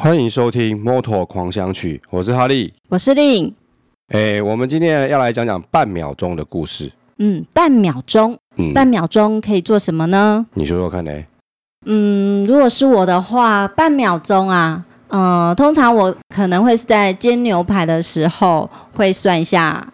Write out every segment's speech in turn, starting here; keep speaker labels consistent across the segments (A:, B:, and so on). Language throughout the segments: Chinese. A: 欢迎收听《摩托狂想曲》，我是哈利。
B: 我是令，
A: 哎，我们今天要来讲讲半秒钟的故事。
B: 嗯，半秒钟，
A: 嗯，
B: 半秒钟可以做什么呢？
A: 你说说看呢？
B: 嗯，如果是我的话，半秒钟啊，呃，通常我可能会是在煎牛排的时候会算一下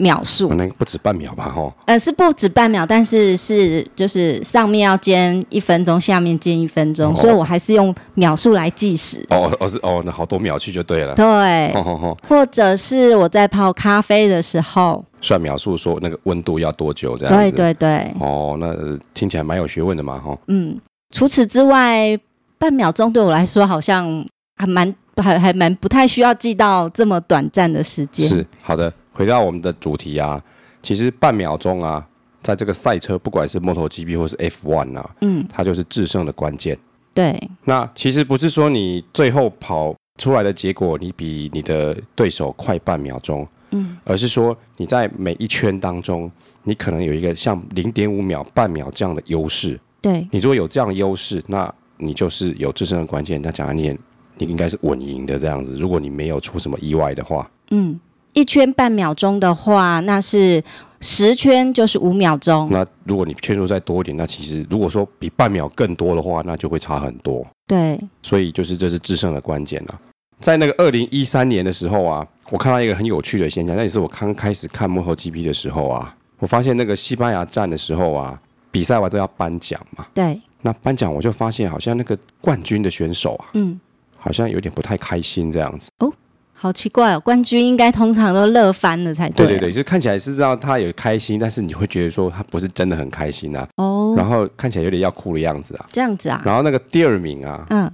B: 秒
A: 可
B: 数，
A: 能不止半秒吧，吼。
B: 呃，是不止半秒，但是是就是上面要煎一分钟，下面煎一分钟，
A: 哦
B: 所以我还是用秒数来计时。
A: 哦哦是哦，那好多秒去就对了。哦
B: 对，
A: 吼吼吼，
B: 或者是我在泡咖啡的时候，
A: 算秒数说那个温度要多久这样
B: 对
A: 子？。
B: 对对，
A: 哦，那呃听起来蛮有学问的嘛，吼。
B: 嗯，除此之外，半秒钟对我来说好像还蛮还还蛮不太需要记到这么短暂的时间。
A: 是，好的，回到我们的主题啊，其实半秒钟啊，在这个赛车，不管是 MotoGP 或是 F1 啊，
B: 嗯，
A: 它就是制胜的关键。
B: 对，
A: 那其实不是说你最后跑出来的结果你比你的对手快半秒钟，
B: 嗯，
A: 而是说你在每一圈当中，你可能有一个像零点五秒、半秒这样的优势。
B: 对，
A: 你如果有这样的优势，那你就是有制胜的关键。那讲来你也你应该是稳赢的这样子。如果你没有出什么意外的话，
B: 嗯，一圈半秒钟的话，那是十圈就是五秒钟。
A: 那如果你圈数再多一点，那其实如果说比半秒更多的话，那就会差很多。
B: 对，
A: 所以就是这是制胜的关键啊。在那个二零一三年的时候啊，我看到一个很有趣的现象，那也是我刚开始看 MotoGP 的时候啊，我发现那个西班牙站的时候啊，比赛完都要颁奖嘛。
B: 对，
A: 那颁奖我就发现，好像那个冠军的选手啊，
B: 嗯，
A: 好像有点不太开心这样子。
B: 好奇怪哦，冠军应该通常都乐翻了才
A: 对
B: 对
A: 对
B: 啊
A: 对，就看起来是让他有开心，但是你会觉得说他不是真的很开心啊，然
B: 哦，
A: 后看起来有点要哭的样子啊。
B: 这样子啊，
A: 然后那个第二名啊，
B: 嗯，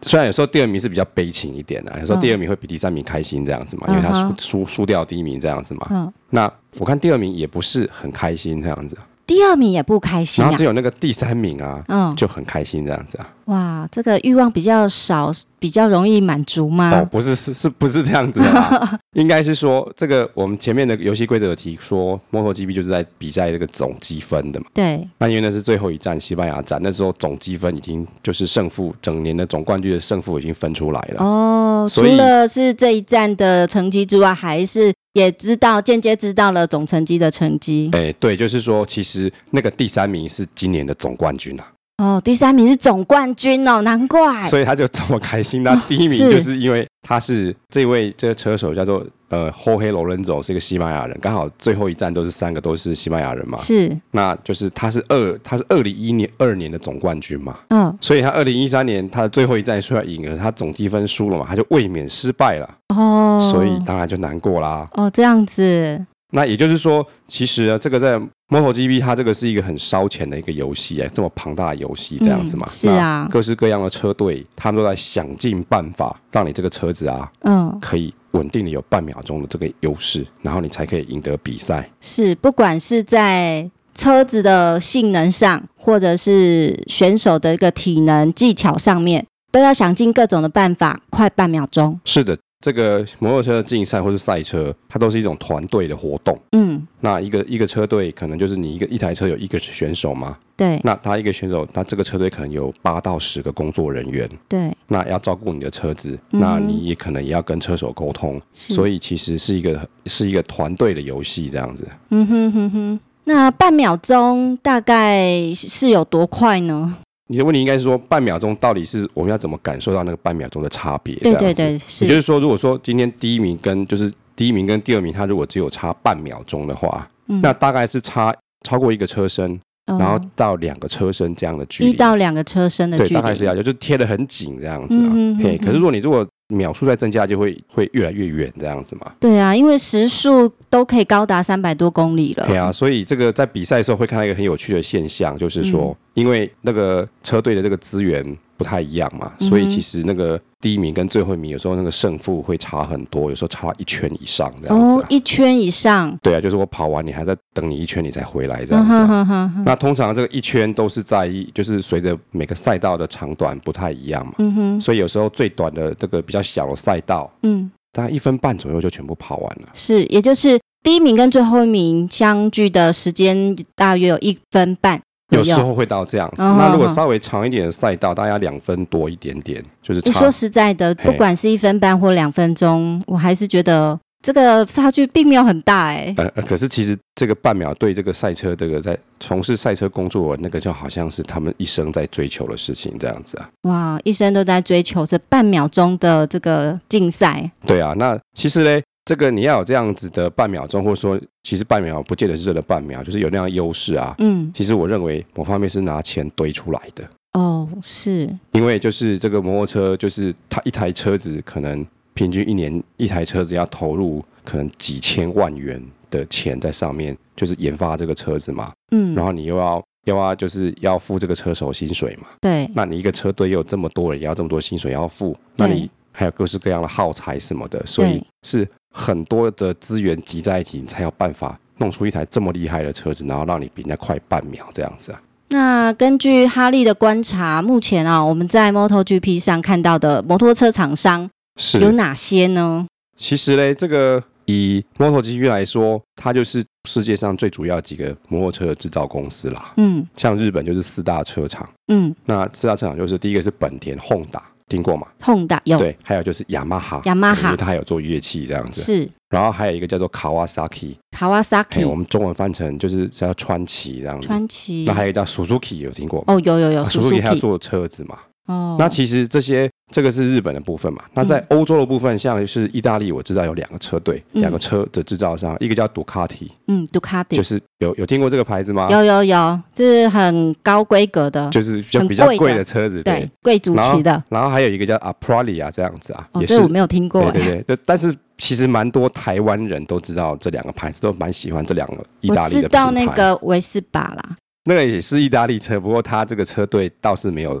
A: 虽然有时候第二名是比较悲情一点啊的，有时候第二名会比第三名开心这样子嘛，因为他
B: 嗯
A: 输
B: 哼
A: 输输掉第一名这样子嘛。
B: 嗯
A: 那我看第二名也不是很开心这样子，啊
B: 第二名也不开心
A: 然
B: 啊
A: 后只，有那个第三名啊
B: 嗯，
A: 就很开心这样子啊。
B: 哇，这个欲望比较少，比较容易满足吗？
A: 哦，不是是是不是这样子的 啦？应该是说这个我们前面的游戏规则有提说，MotoGP 就是在比赛这个总积分的嘛。
B: 对，
A: 那因为那是最后一站西班牙站，那时候总积分已经就是胜负整年的总冠军的胜负已经分出来了。
B: 哦，除
A: 所以
B: 了是这一站的成绩之外，还是也知道间接知道了总成绩的成绩。
A: 哎、对，就是说，其实那个第三名是今年的总冠军啊，
B: 哦，第三名是总冠军哦，难怪。
A: 所以他就这么开心。那
B: 哦
A: 第一名
B: 是
A: 就是因为他是这位这个车手叫做呃 Jorge Lorenzo，是一个西班牙人，刚好最后一站都是三个都是西班牙人嘛，
B: 是，
A: 那就是他是二他是二零一年二年的总冠军嘛，
B: 嗯，
A: 所以他二零一三年他的最后一站虽然赢了，他总积分输了嘛，他就卫冕失败了，
B: 哦，
A: 所以当然就难过啦。
B: 哦这样子，
A: 那也就是说，其实啊，这个在 MotoGP 它这个是一个很烧钱的一个游戏，哎，这么庞大的游戏这样子嘛，
B: 嗯是啊
A: 那各式各样的车队，他们都在想尽办法让你这个车子啊，
B: 嗯，
A: 可以稳定的有半秒钟的这个优势，然后你才可以赢得比赛。
B: 是，不管是在车子的性能上，或者是选手的一个体能技巧上面，都要想尽各种的办法，快半秒钟。
A: 是的，这个摩托车的竞赛或是赛车，它都是一种团队的活动。
B: 嗯，
A: 那一个一个车队可能就是你一个一台车有一个选手嘛，
B: 对
A: 那他一个选手，那这个车队可能有八到十个工作人员，
B: 对，
A: 那要照顾你的车子，
B: 嗯哼
A: 那你也可能也要跟车手沟通，
B: 是
A: 所以其实是一个是一个团队的游戏这样子。
B: 嗯哼哼哼，那半秒钟大概是有多快呢？
A: 你的问题应该是说半秒钟到底是我们要怎么感受到那个半秒钟的差别？
B: 对
A: 这
B: 对
A: 样子，也
B: 对，
A: 就是
B: 是，
A: 说，如果说今天第一名跟就是第一名跟第二名，他如果只有差半秒钟的话，
B: 嗯
A: 那大概是差超过一个车身，
B: 哦
A: 然后到两个车身这样的距
B: 一
A: 离。
B: 到两个车身的距
A: 对，
B: 离，
A: 大概是要就是贴得很紧这样子啊。
B: 嗯哼
A: 嘿，
B: 嗯哼
A: 可是如果你如果秒数再增加，就会会越来越远这样子嘛。
B: 对啊，因为时速都可以高达三百多公里了。
A: 对啊，所以这个在比赛的时候会看到一个很有趣的现象，就是说，
B: 嗯
A: 因为那个车队的这个资源不太一样嘛，
B: 嗯哼
A: 所以其实那个第一名跟最后一名有时候那个胜负会差很多，有时候差一圈以上这样子、
B: 哦
A: 啊。，
B: 一圈以上，
A: 对啊，就是我跑完，你还在等你一圈，你才回来这样子啊、
B: 嗯哼哼哼哼
A: 那通常这个一圈都是在意，就是随着每个赛道的长短不太一样嘛，
B: 嗯哼，
A: 所以有时候最短的这个比较小的赛道，
B: 嗯，
A: 大概一分半左右就全部跑完了。
B: 是，也就是第一名跟最后一名相距的时间大约有一分半，
A: 有时候会到这样子。
B: 嗯哼
A: 那如果
B: 哼
A: 稍微长一点的赛道，大概两分多一点点，就是
B: 你
A: 差
B: 说实在的，
A: 嘿
B: 不管是一分半或两分钟，我还是觉得这个差距并没有很大哎、
A: 呃，呃可是其实这个半秒对这个赛车，这个在从事赛车工作，那个就好像是他们一生在追求的事情这样子啊。
B: 哇，一生都在追求这半秒钟的这个竞赛，
A: 对啊，那其实嘞，这个你要有这样子的半秒钟，或者说其实半秒不见得是真的半秒，就是有那样的优势啊。
B: 嗯，
A: 其实我认为某方面是拿钱堆出来的，
B: 哦，是，
A: 因为就是这个摩托车，就是它一台车子可能平均一年一台车子要投入可能几千万元的钱在上面，就是研发这个车子嘛。
B: 嗯，
A: 然后你又要又要就是要付这个车手薪水嘛，
B: 对，
A: 那你一个车队又有这么多人，也要这么多薪水要付，那你还有各式各样的耗材什么的，所以
B: 对
A: 是很多的资源集在一起，你才有办法弄出一台这么厉害的车子，然后让你比人家快半秒这样子啊。
B: 那根据哈利的观察，目前啊，我们在 MotoGP 上看到的摩托车厂商
A: 是
B: 有哪些呢？
A: 其实嘞，这个以 MotoGP 来说，它就是世界上最主要几个摩托车的制造公司啦。
B: 嗯
A: 像日本就是四大车厂，
B: 嗯
A: 那四大车厂就是第一个是本田 Honda，听过吗？
B: ，Honda 有
A: 对，还有就是雅马哈，
B: Yamaha
A: 因为它还有做乐器这样子。
B: 是
A: 然后还有一个叫做 Kawasaki，嘿，我
B: Kawasaki、
A: 们中文翻成就是叫川崎这样子。
B: 川崎
A: 那，还有一个叫 Suzuki，有听过吗？
B: 哦，有有有
A: 啊 Suzuki 还有
B: Suzuki
A: 做车子嘛？
B: 哦，嗯
A: 那其实这些这个是日本的部分嘛。那在欧洲的部分，像是意大利，我知道有两个车队，
B: 嗯
A: 两个车的制造商，一个叫 Ducati，
B: 嗯，Ducati
A: 就是有有听过这个牌子吗？
B: 有有有，这是很高规格的，
A: 就是比较
B: 很
A: 比较
B: 贵的
A: 贵的车子，对
B: 对。，贵族
A: 然后
B: 骑的。
A: 然后还有一个叫 Aprilia 这样子啊，
B: 哦，
A: 也
B: 这
A: 是
B: 我没有听
A: 对
B: 过哎，
A: 对对，就但是其实蛮多台湾人都知道这两个牌子，都蛮喜欢这两个意大
B: 我
A: 利的
B: 知道
A: 品
B: 那
A: 牌
B: 个维斯巴啦，
A: 那个也是意大利车，不过它这个车队倒是没有，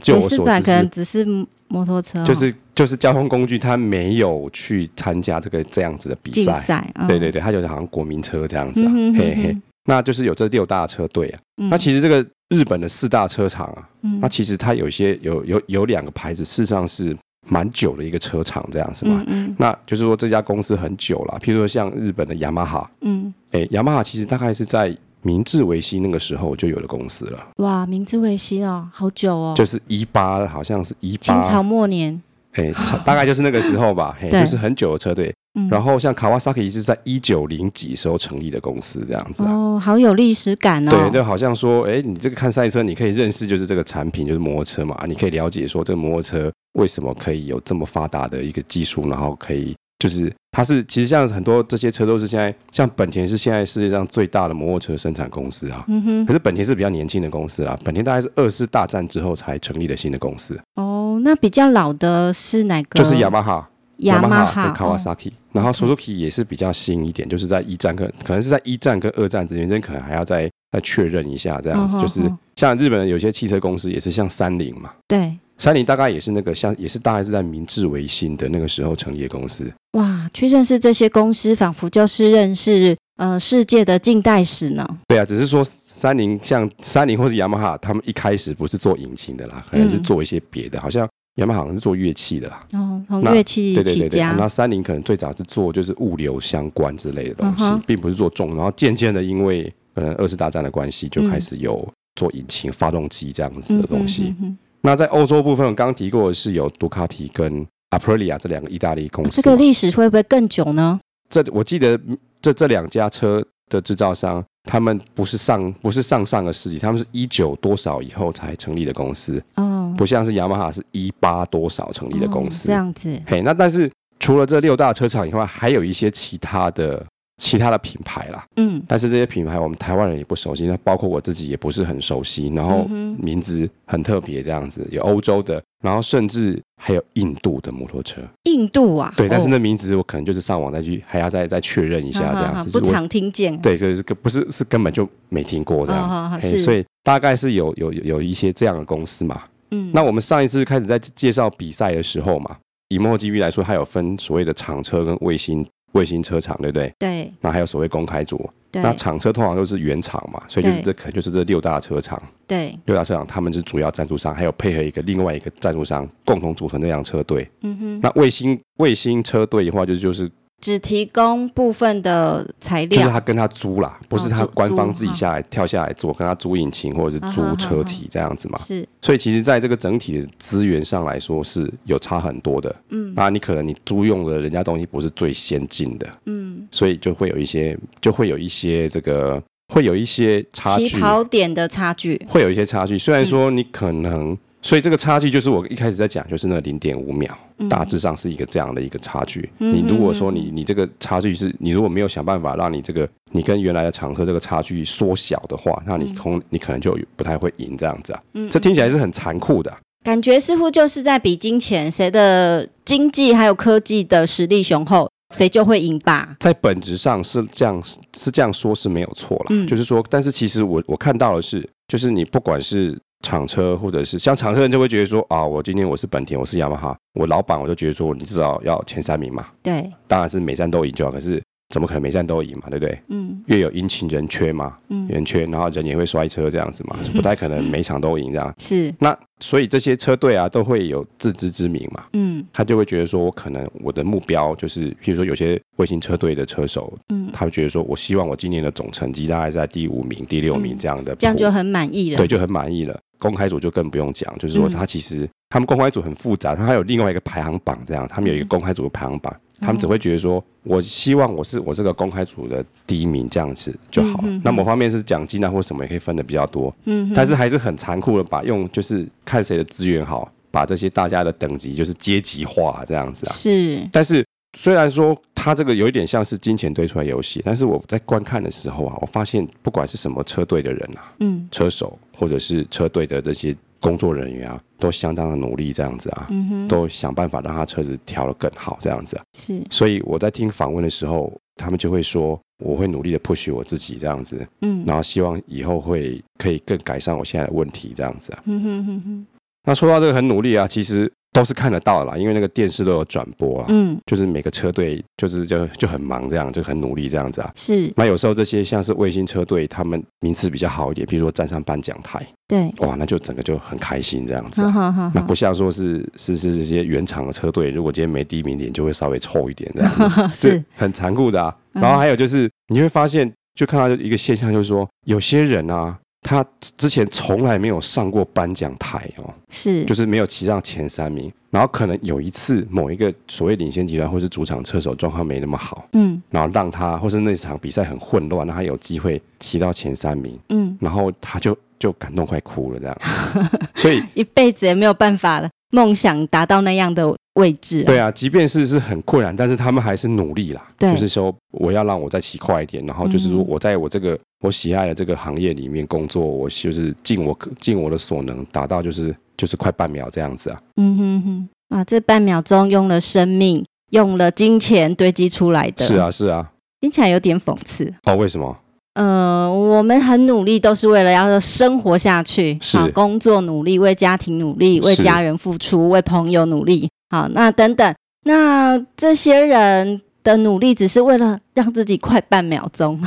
A: 就
B: 维
A: 我
B: 斯
A: 所
B: 巴
A: 知
B: 可能
A: 是
B: 只是摩托车哦，
A: 就是就是交通工具，它没有去参加这个这样子的比
B: 竞
A: 赛。
B: 赛，嗯
A: 对对，对，它就是好像国民车这样子啊，
B: 嗯哼
A: 嘿
B: 哼
A: 嘿。
B: 哼
A: 那就是有这六大车队啊。
B: 嗯
A: 那其实这个日本的四大车厂啊，
B: 嗯
A: 那其实它有一些有有有两个牌子，事实上是蛮久的一个车厂这样是吗？
B: 嗯嗯
A: 那就是说这家公司很久了，譬如说像日本的雅马哈，
B: 嗯，
A: 哎，雅马哈其实大概是在明治维新那个时候就有的公司了，
B: 哇，明治维新哦，好久哦，
A: 就是一八好像是一
B: 清
A: 八，
B: 朝末年，
A: 哎，差大概就是那个时候 吧，嘿，
B: 对
A: 就是很久的车队。
B: 嗯，
A: 然后像卡瓦萨 i 是在一九零几时候成立的公司这样子啊。
B: 哦，好有历史感哦，
A: 对，就好像说，哎，你这个看赛车，你可以认识就是这个产品，就是摩托车嘛，啊你可以了解说这个摩托车为什么可以有这么发达的一个技术，然后可以就是它是其实像很多这些车都是现在像本田是现在世界上最大的摩托车生产公司啊，
B: 嗯哼
A: 可，是本田是比较年轻的公司啦，啊本田大概是二次大战之后才成立的新的公司，
B: 哦，那比较老的是哪个？
A: 就是雅马哈、
B: 雅马
A: 哈
B: 哈哦
A: 跟
B: 嗯
A: Kawasaki，、然后 Suzuki 也是比较新一点，就是在一战跟可能是在一战跟二战之间，这可能还要再再确认一下这样子。
B: 嗯哼
A: 就是
B: 哼
A: 像日本有些汽车公司也是像三菱嘛，
B: 对，
A: 三菱大概也是那个像也是大概是在明治维新的那个时候成立的公司，
B: 哇，去认识这些公司，仿佛就是认识呃世界的近代史呢。
A: 对啊，只是说三菱像三菱或是雅马哈，他们一开始不是做引擎的啦，可能是
B: 嗯
A: 做一些别的，好像雅马哈好像是做乐器的啦。
B: 哦，从
A: 那
B: 乐器
A: 对对
B: 起
A: 对对，
B: 家，
A: 那三菱可能最早是做就是物流相关之类的东西，
B: 嗯哼
A: 并不是做重，然后渐渐的因为可能二次大战的关系，就
B: 嗯
A: 开始有做引擎、发动机这样子的东西。
B: 嗯哼哼
A: 那在欧洲部分，我刚刚提过的是有杜卡迪跟 Aprilia 这两个意大利公
B: 哼
A: 司
B: 哦这
A: 嘛，
B: 个历史会不会更久呢？
A: 这我记得嗯这这两家车的制造商，他们不是上不是上上个世纪，他们是一九多少以后才成立的公司，
B: 哦，
A: 不像是雅马哈是一八多少成立的公
B: 哦
A: 司。
B: 这样子，
A: 嘿，那但是除了这六大车厂以外，还有一些其他的其他的品牌啦。
B: 嗯，
A: 但是这些品牌我们台湾人也不熟悉，那包括我自己也不是很熟悉。然后
B: 嗯哼
A: 名字很特别，这样子有欧洲的，然后甚至还有印度的摩托车。
B: 印度啊，
A: 对，但是
B: 哦
A: 那名字我可能就是上网再去还要再再确认一下
B: 好
A: 这
B: 好
A: 样
B: 好
A: 子。
B: 不
A: 就是我
B: 常听见。
A: 对，就是不是是根本就没听过这样子，
B: 哦好好
A: 嘿
B: 是
A: 所以大概是有有有有一些这样的公司嘛。
B: 嗯，
A: 那我们上一次开始在介绍比赛的时候嘛，以 MotoGP 来说，它有分所谓的厂车跟卫星卫星车厂，对不对？
B: 对
A: 那还有所谓公开组，
B: 对
A: 那厂车通常都是原厂嘛，所以就是
B: 对嗯
A: 这可能就是这六大车厂，
B: 对，
A: 六大车厂他们是主要赞助商，还有配合一个另外一个赞助商共同组成这辆车队。
B: 嗯哼，
A: 那卫星卫星车队的话，就就是
B: 只提供部分的材
A: 就是
B: 料。
A: 他跟他租啦，不是他
B: 啊租
A: 官方
B: 租嗯
A: 自己下来跳下来做，跟他租引擎或者是
B: 啊哈
A: 租
B: 哈
A: 车体这样子嘛。
B: 是
A: 所以其实，在这个整体的资源上来说是有差很多的。嗯，那你可能你租用的人家东西不是最先进的，嗯，所以就会有一些，就会有一些这个，会有一些差
B: 起
A: 距，
B: 跑嗯点的差距。
A: 会有一些差距。虽然说你可能，所以这个差距就是我一开始在讲，就是那零点五秒，
B: 嗯
A: 大致上是一个这样的一个差距。你如果说你你这个差距是你如果没有想办法让你这个你跟原来的厂车这个差距缩小的话，那
B: 嗯
A: 你空你可能就不太会赢这样子啊。这听起来是很残酷的啊、
B: 感觉似乎就是在比金钱，谁的经济还有科技的实力雄厚，谁就会赢吧。
A: 在本质上是这样，是这样说是没有错啦。
B: 嗯
A: 就是说，但是其实我我看到的是，就是你不管是厂车，或者是像厂车人就会觉得说啊，我今天我是本田，我是雅马哈，我老板我就觉得说，你至少要前三名嘛，
B: 对，
A: 当然是每站都赢就好，可是怎么可能每站都赢嘛，对不对？
B: 嗯
A: 越有阴晴人缺嘛，
B: 嗯，
A: 人缺，然后人也会摔车这样子嘛，不太可能每场都赢这样。
B: 是，
A: 那所以这些车队啊都会有自知之明嘛，
B: 嗯
A: 他就会觉得说，我可能我的目标就是，譬如说有些卫星车队的车手，
B: 嗯，
A: 他会觉得说我希望我今年的总成绩大概在第五名、第六名
B: 嗯
A: 这样的谱，
B: 这样就很满意了。
A: 对就很满意了。公开组就更不用讲，就是说
B: 嗯
A: 他其实、他们公开组很复杂，他还有另外一个排行榜，这样他们有一个公开组的排行榜，
B: 嗯
A: 他们只会觉得说我希望我是我这个公开组的第一名这样子就好了。
B: 嗯嗯嗯
A: 那某方面是奖金啊或什么也可以分的比较多，
B: 嗯哼，
A: 但是还是很残酷的把用就是看谁的资源好，把这些大家的等级就是阶级化这样子啊。
B: 是
A: 但是虽然说它这个有一点像是金钱堆出来游戏，但是我在观看的时候啊，我发现不管是什么车队的人啊，
B: 嗯
A: 车手或者是车队的这些工作人员啊，都相当的努力这样子啊，
B: 嗯哼，
A: 都想办法让他车子调得更好这样子啊。
B: 是
A: 所以我在听访问的时候，他们就会说。我会努力的 push 我自己这样子，
B: 嗯
A: 然后希望以后会可以更改善我现在的问题这样子啊。
B: 嗯哼哼哼，
A: 那说到这个很努力啊，其实都是看得到啦，因为那个电视都有转播啊。
B: 嗯
A: 就是每个车队就是就就很忙这样，就很努力这样子啊。
B: 是
A: 那有时候这些像是卫星车队，他们名次比较好一点，比如说站上颁奖台，
B: 对，
A: 哇，那就整个就很开心这样子啊、
B: 哈哈哈
A: 那
B: 哈，
A: 不像说是是是这些原厂的车队，如果今天没第一名，脸就会稍微臭一点这样子，
B: 是
A: 很残酷的啊。然后还有就是你会发现，就看到一个现象，就是说有些人啊，他之前从来没有上过颁奖台哦，
B: 是
A: 就是没有骑上前三名。然后可能有一次某一个所谓领先集团或是主场车手状况没那么好，
B: 嗯
A: 然后让他或是那场比赛很混乱，让他有机会骑到前三名，
B: 嗯，
A: 然后他就就感动快哭了这样。 所以
B: 一辈子也没有办法了，梦想达到那样的位置、
A: 对
B: 啊，
A: 啊，即便是是很困难，但是他们还是努力啦。
B: 对
A: 就是说我要让我再骑快一点，然后就是说
B: 嗯
A: 我在我这个我喜爱的这个行业里面工作，我就是尽我可尽我的所能达到就是就是快半秒这样子啊。
B: 嗯哼哼，啊，这半秒钟用了生命，用了金钱堆积出来的，
A: 是，啊，是啊。
B: 听起来有点讽刺。
A: 哦，为什么？
B: 呃，我们很努力，都是为了要生活下去，
A: 是
B: 好工作努力，为家庭努力，为
A: 是
B: 家人付出，为朋友努力，好，那等等，那这些人的努力只是为了让自己快半秒 钟，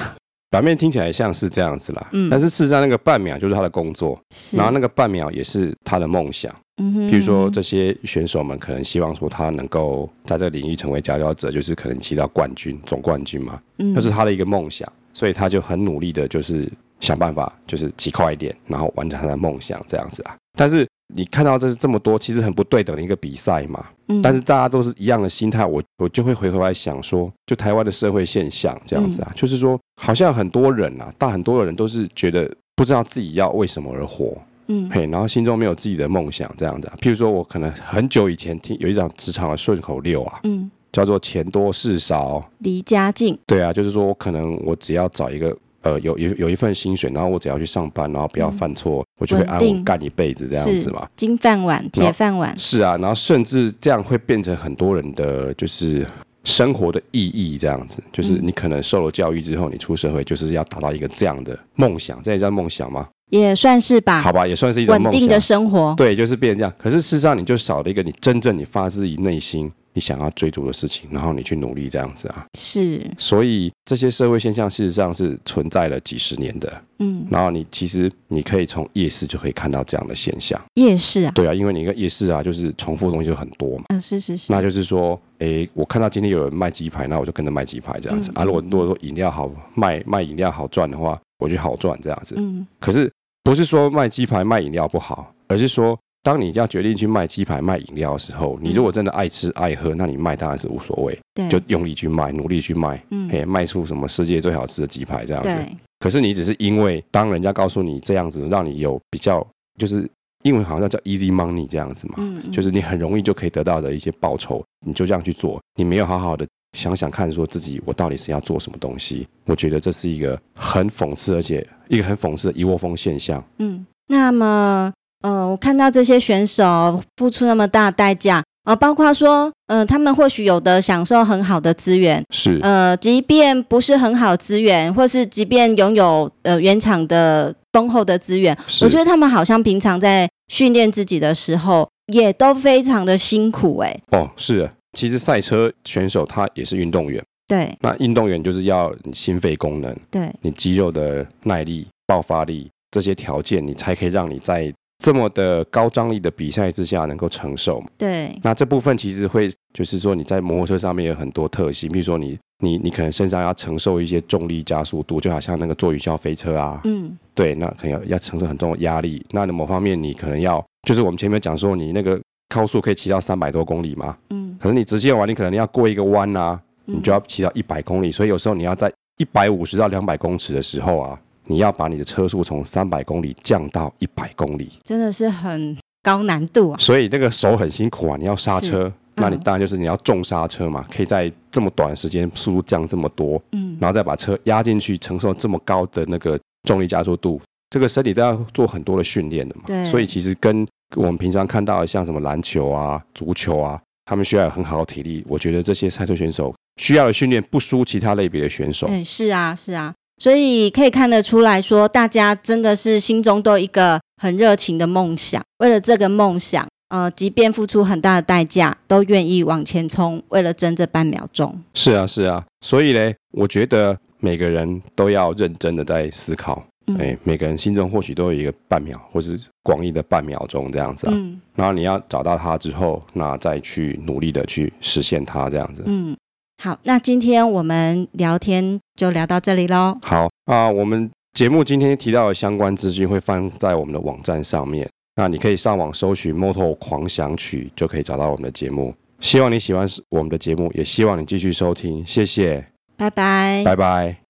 A: 表面听起来像是这样子啦，
B: 嗯
A: 但是事实上那个半秒就是他的工作，
B: 是，
A: 然后那个半秒也是他的梦想。
B: 嗯哼，
A: 譬如说，这些选手们可能希望说他能够在这个领域成为佼佼者，就是可能骑到冠军、总冠军嘛，
B: 嗯
A: 那是他的一个梦想，所以他就很努力的，就是想办法，就是骑快一点，然后完成他的梦想这样子啊。但是你看到这是这么多，其实很不对等的一个比赛嘛，
B: 嗯
A: 但是大家都是一样的心态，我我就会回头来想说，就台湾的社会现象这样子
B: 嗯
A: 啊，就是说，好像很多人啊，大很多的人都是觉得不知道自己要为什么而活，
B: 嗯
A: 嘿，然后心中没有自己的梦想这样子啊。譬如说，我可能很久以前听有一场职场的顺口溜啊，
B: 嗯，
A: 叫做“钱多事少
B: 离家近”，，
A: 对啊，就是说我可能我只要找一个。呃，有有有一份薪水，然后我只要去上班，然后不要
B: 嗯
A: 犯错，我就会
B: 稳
A: 安稳
B: 定
A: 干一辈子这样
B: 是
A: 子嘛。
B: 金饭碗、铁饭碗，
A: 是啊，然后甚至这样会变成很多人的就是生活的意义，这样子，就是
B: 嗯
A: 你可能受了教育之后，你出社会就是要达到一个这样的梦想，这也叫梦想吗？
B: 也算是吧，
A: 好吧，也算是一种
B: 啊稳
A: 梦
B: 定的
A: 想。
B: 生活，
A: 对，就是变成这样。可是事实上，你就少了一个你真正你发自于内心你想要追逐的事情，然后你去努力这样子啊。
B: 是，
A: 所以这些社会现象事实上是存在了几十年的，
B: 嗯，
A: 然后你其实你可以从夜市就可以看到这样的现象。
B: 夜市啊，
A: 对啊，因为你一个夜市啊，就是重复的东西就很多嘛。
B: 嗯、是是是，
A: 那就是说，诶，我看到今天有人卖鸡排，那我就跟着卖鸡排这样子、啊。
B: 嗯
A: 如果如果说饮料好卖，卖饮料好赚的话，我就好赚这样子。
B: 嗯，
A: 可是不是说卖鸡排卖饮料不好，而是说当你要决定去卖鸡排卖饮料的时候，你如果真的爱吃爱喝，那你卖当然是无所谓，
B: 对，
A: 就用力去卖，努力去卖，
B: 嗯，
A: 哎，卖出什么世界最好吃的鸡排这样子。
B: 对，
A: 可是你只是因为当人家告诉你这样子，让你有比较，就是英文好像叫 easy money 这样子嘛，
B: 嗯，
A: 就是
B: 嗯
A: 你很容易就可以得到的一些报酬，你就这样去做，你没有好好的想想看，说自己我到底是要做什么东西？我觉得这是一个很讽刺，而且一个很讽刺的一窝蜂现象。
B: 嗯，那么呃，我看到这些选手付出那么大代价，呃，包括说，呃，他们或许有的享受很好的资源，
A: 是，
B: 呃，即便不是很好资源，或是即便拥有呃原厂的丰厚的资源，
A: 是
B: 我觉得他们好像平常在训练自己的时候，也都非常的辛苦、欸，
A: 哦，是的。其实赛车选手他也是运动员，
B: 对
A: 那运动员就是要你心肺功能、
B: 对，
A: 你肌肉的耐力、爆发力这些条件，你才可以让你在这么的高张力的比赛之下能够承受嘛。
B: 对，
A: 那这部分其实会就是说你在摩托车上面有很多特性，比如说你你你可能身上要承受一些重力加速度，就好像那个坐云霄飞车啊，
B: 嗯，
A: 对，那可能要要承受很重的压力。那你某方面你可能要，就是我们前面讲说你那个高速可以骑到三百多公里嘛，
B: 嗯，
A: 可是你直线完你可能要过一个弯啊，
B: 嗯
A: 你就要骑到一百公里，所以有时候你要在一百五十到两百公尺的时候啊，你要把你的车速从三百公里降到一百公里，
B: 真的是很高难度啊，
A: 所以那个手很辛苦啊，你要刹车，那你当然就是你要重刹车嘛，可以在这么短的时间速度降这么多，
B: 嗯，
A: 然后再把车压进去，承受这么高的那个重力加速度，这个身体都要做很多的训练的
B: 对
A: 嘛。所以其实跟我们平常看到的像什么篮球啊、足球啊，他们需要有很好的体力，我觉得这些赛车选手需要的训练不输其他类别的选手。
B: 嗯，是啊，是啊，所以可以看得出来说，大家真的是心中都有一个很热情的梦想，为了这个梦想，呃，即便付出很大的代价，都愿意往前冲，为了争这半秒钟。
A: 是啊，是啊，所以嘞，我觉得每个人都要认真的在思考。
B: 嗯，
A: 哎，每个人心中或许都有一个半秒，或是广义的半秒钟这样子啊。
B: 嗯
A: 然后你要找到它之后，那再去努力的去实现它这样子。
B: 嗯，好，那今天我们聊天就聊到这里喽。
A: 好啊，我们节目今天提到的相关资讯会放在我们的网站上面，那你可以上网搜寻《Moto 狂想曲》就可以找到我们的节目。希望你喜欢我们的节目，也希望你继续收听，谢谢，
B: 拜拜。
A: 拜拜。